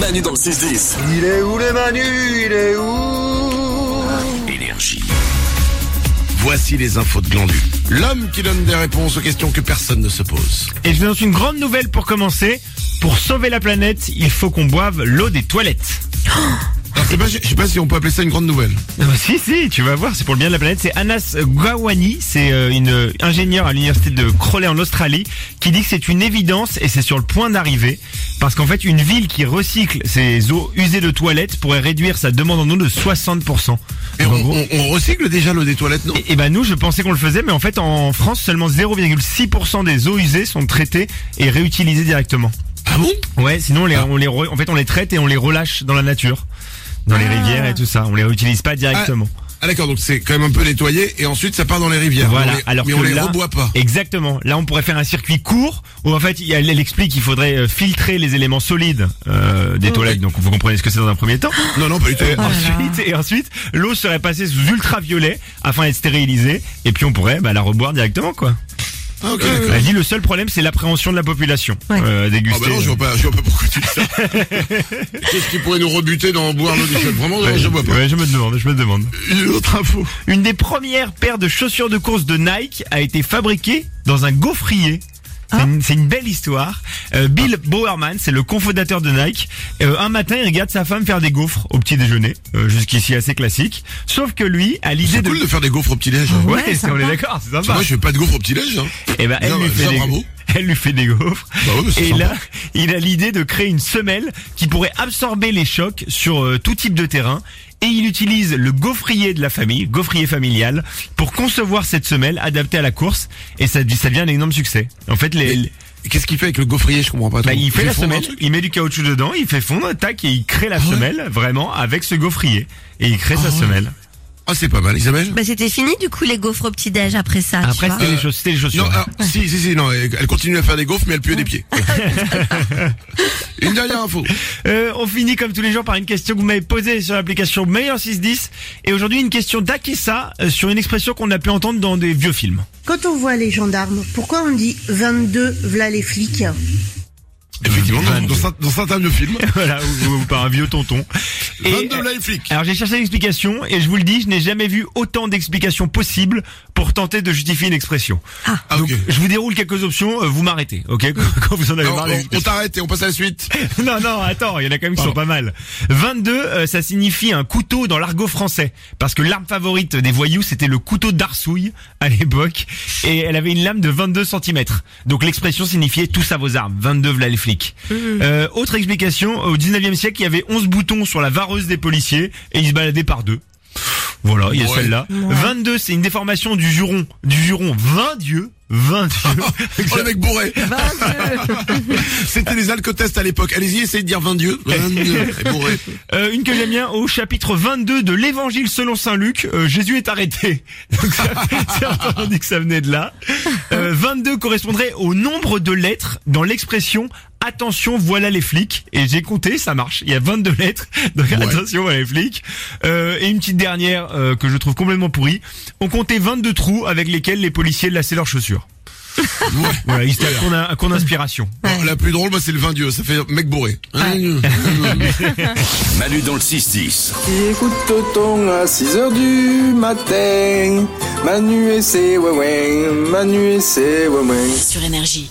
Manu dans le 6-10. Il est où le Manu Il est où Énergie. Voici les infos de Glandu. L'homme qui donne des réponses aux questions que personne ne se pose. Et je vous annonce une grande nouvelle pour commencer. Pour sauver la planète, il faut qu'on boive l'eau des toilettes. Alors, je sais Ah, pas, je sais pas si on peut appeler ça une grande nouvelle. Ah bah si, si, tu vas voir, c'est pour le bien de la planète. C'est Anas Gawani, c'est euh, une euh, ingénieure à l'université de Crawley en Australie, qui dit que c'est une évidence et c'est sur le point d'arriver. Parce qu'en fait, une ville qui recycle ses eaux usées de toilettes pourrait réduire sa demande en eau de 60%. Mais Donc, on, en gros- on- on recycle déjà l'eau des toilettes, non Et, et ben nous, je pensais qu'on le faisait, mais en fait, en France, seulement 0,6% des eaux usées sont traitées et réutilisées directement. Ah bon Ouais, sinon on les, on les re- en fait on les traite et on les relâche dans la nature, dans les rivières et tout ça. On les réutilise pas directement. Ah d'accord, donc c'est quand même un peu nettoyé et ensuite ça part dans les rivières. Voilà. Mais on les, Alors mais que on les là, reboit pas. Exactement. Là, on pourrait faire un circuit court où en fait, il y a- elle explique qu'il faudrait euh, filtrer les éléments solides euh, Oh. des toilettes. Donc, vous comprenez ce que c'est dans un premier temps. Non, non, pas du tout. Ah, Euh, ensuite, et ensuite, l'eau serait passée sous ultraviolet afin d'être stérilisée. Et puis, on pourrait bah, la reboire directement, quoi. Ah ok, d'accord. Elle dit le seul problème, c'est l'appréhension de la population. Euh, Ah déguster. bah non, je vois pas, je vois pas pourquoi tu dis ça. Qu'est-ce qui pourrait nous rebuter dans boire l'eau des toilettes Vraiment, non, je vois pas. euh, Ouais, je me demande, je me demande. Une autre info. Une des premières paires de chaussures de course de Nike a été fabriquée dans un gaufrier. C'est une, c'est une belle histoire. Euh, Bill Bowerman, c'est le cofondateur de Nike. Euh, un matin, il regarde sa femme faire des gaufres au petit déjeuner. Euh, Jusqu'ici assez classique. Sauf que lui, à l'idée C'est de... cool de faire des gaufres au petit-déj. hein. Ouais, c'est- on est d'accord, c'est Parce que sympa. Moi, je fais pas de gaufres au petit-déj. hein. Et ben, elle, Non, lui bah, fait ça, des... bravo. elle lui fait des gaufres. Bah ouais, mais c'est Et sympa. là, il a l'idée de créer une semelle qui pourrait absorber les chocs sur euh, tout type de terrain. Et il utilise le gaufrier de la famille, gaufrier familial, pour concevoir cette semelle adaptée à la course. Et ça, ça devient un énorme succès. En fait, les, les- Et Qu'est-ce qu'il fait avec le gaufrier Je comprends pas. bah, trop. il fait la fondre un semelle, truc Ah il met du caoutchouc dedans, il fait fondre, tac, et il crée la ouais semelle, vraiment, avec ce gaufrier. Et il crée Ah sa ouais. semelle. Ah, c'est pas mal, Isabelle. Bah c'était fini du coup les gaufres au petit déj après ça. tu Après, vois. c'était les, chauss- c'était les chaussures. Ah, Non, alors, si, si, si, non, elle continue à faire des gaufres, mais elle pue des pieds. Une dernière info. Euh, on finit comme tous les jours par une question que vous m'avez posée sur l'application Meilleur 610. Et aujourd'hui, une question d'Akessa euh, sur une expression qu'on a pu entendre dans des vieux films. Quand on voit les gendarmes, pourquoi on dit 22 v'là les flics Effectivement, dans, 22. dans, un- dans un tas de films, voilà, ou, ou par un vieux tonton. Et, 22 euh, Live Flick. alors j'ai cherché l'explication et je vous le dis, je n'ai jamais vu autant d'explications possibles pour tenter de justifier une expression. Ah, ok. Je vous déroule quelques options, euh, vous m'arrêtez, ok Quand vous en avez Alors, marre. des on on t'arrête et on passe à la suite. non, non, attends, il y en a quand même qui sont Pardon. pas mal. 22, euh, ça signifie un couteau dans l'argot français. Parce que l'arme favorite des voyous, c'était le couteau d'arsouille à l'époque. Et elle avait une lame de 22 cm. Donc l'expression signifiait tous à vos armes. 22 v'là les flics. Mmh. Euh, autre explication, au 19e siècle, il y avait 11 boutons sur la vareuse des policiers et ils se baladaient par deux. Voilà, il y a Ouais. celle-là. 22, c'est une déformation du juron. Du juron, 20 dieux. 20 dieux. Oh, le mec bourré. C'était les alcotestes à l'époque. Allez-y, essayez de dire 22. 22. Et bourré. Euh, une que j'aime bien, au chapitre 22 de l'évangile selon saint Luc, euh, Jésus est arrêté. Donc ça, certains ont dit que ça venait de là. Euh, 22 correspondrait au nombre de lettres dans l'expression attention, voilà les flics. Et j'ai compté, ça marche. Il y a 22 lettres. Donc attention, voilà les flics. Euh, et une petite dernière euh, que je trouve complètement pourrie. On comptait 22 trous avec lesquels les policiers lassaient leurs chaussures. Ouais. Voilà, histoire qu'on a, qu'on a inspiration. Bon, la plus drôle, moi, c'est le 22. Ça fait mec bourré. Manu dans le 6-10. J'écoute Toton à 6h du matin. Manu et ses ouais ouais, Manu et ses ouais ouais. Sur énergie.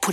Pour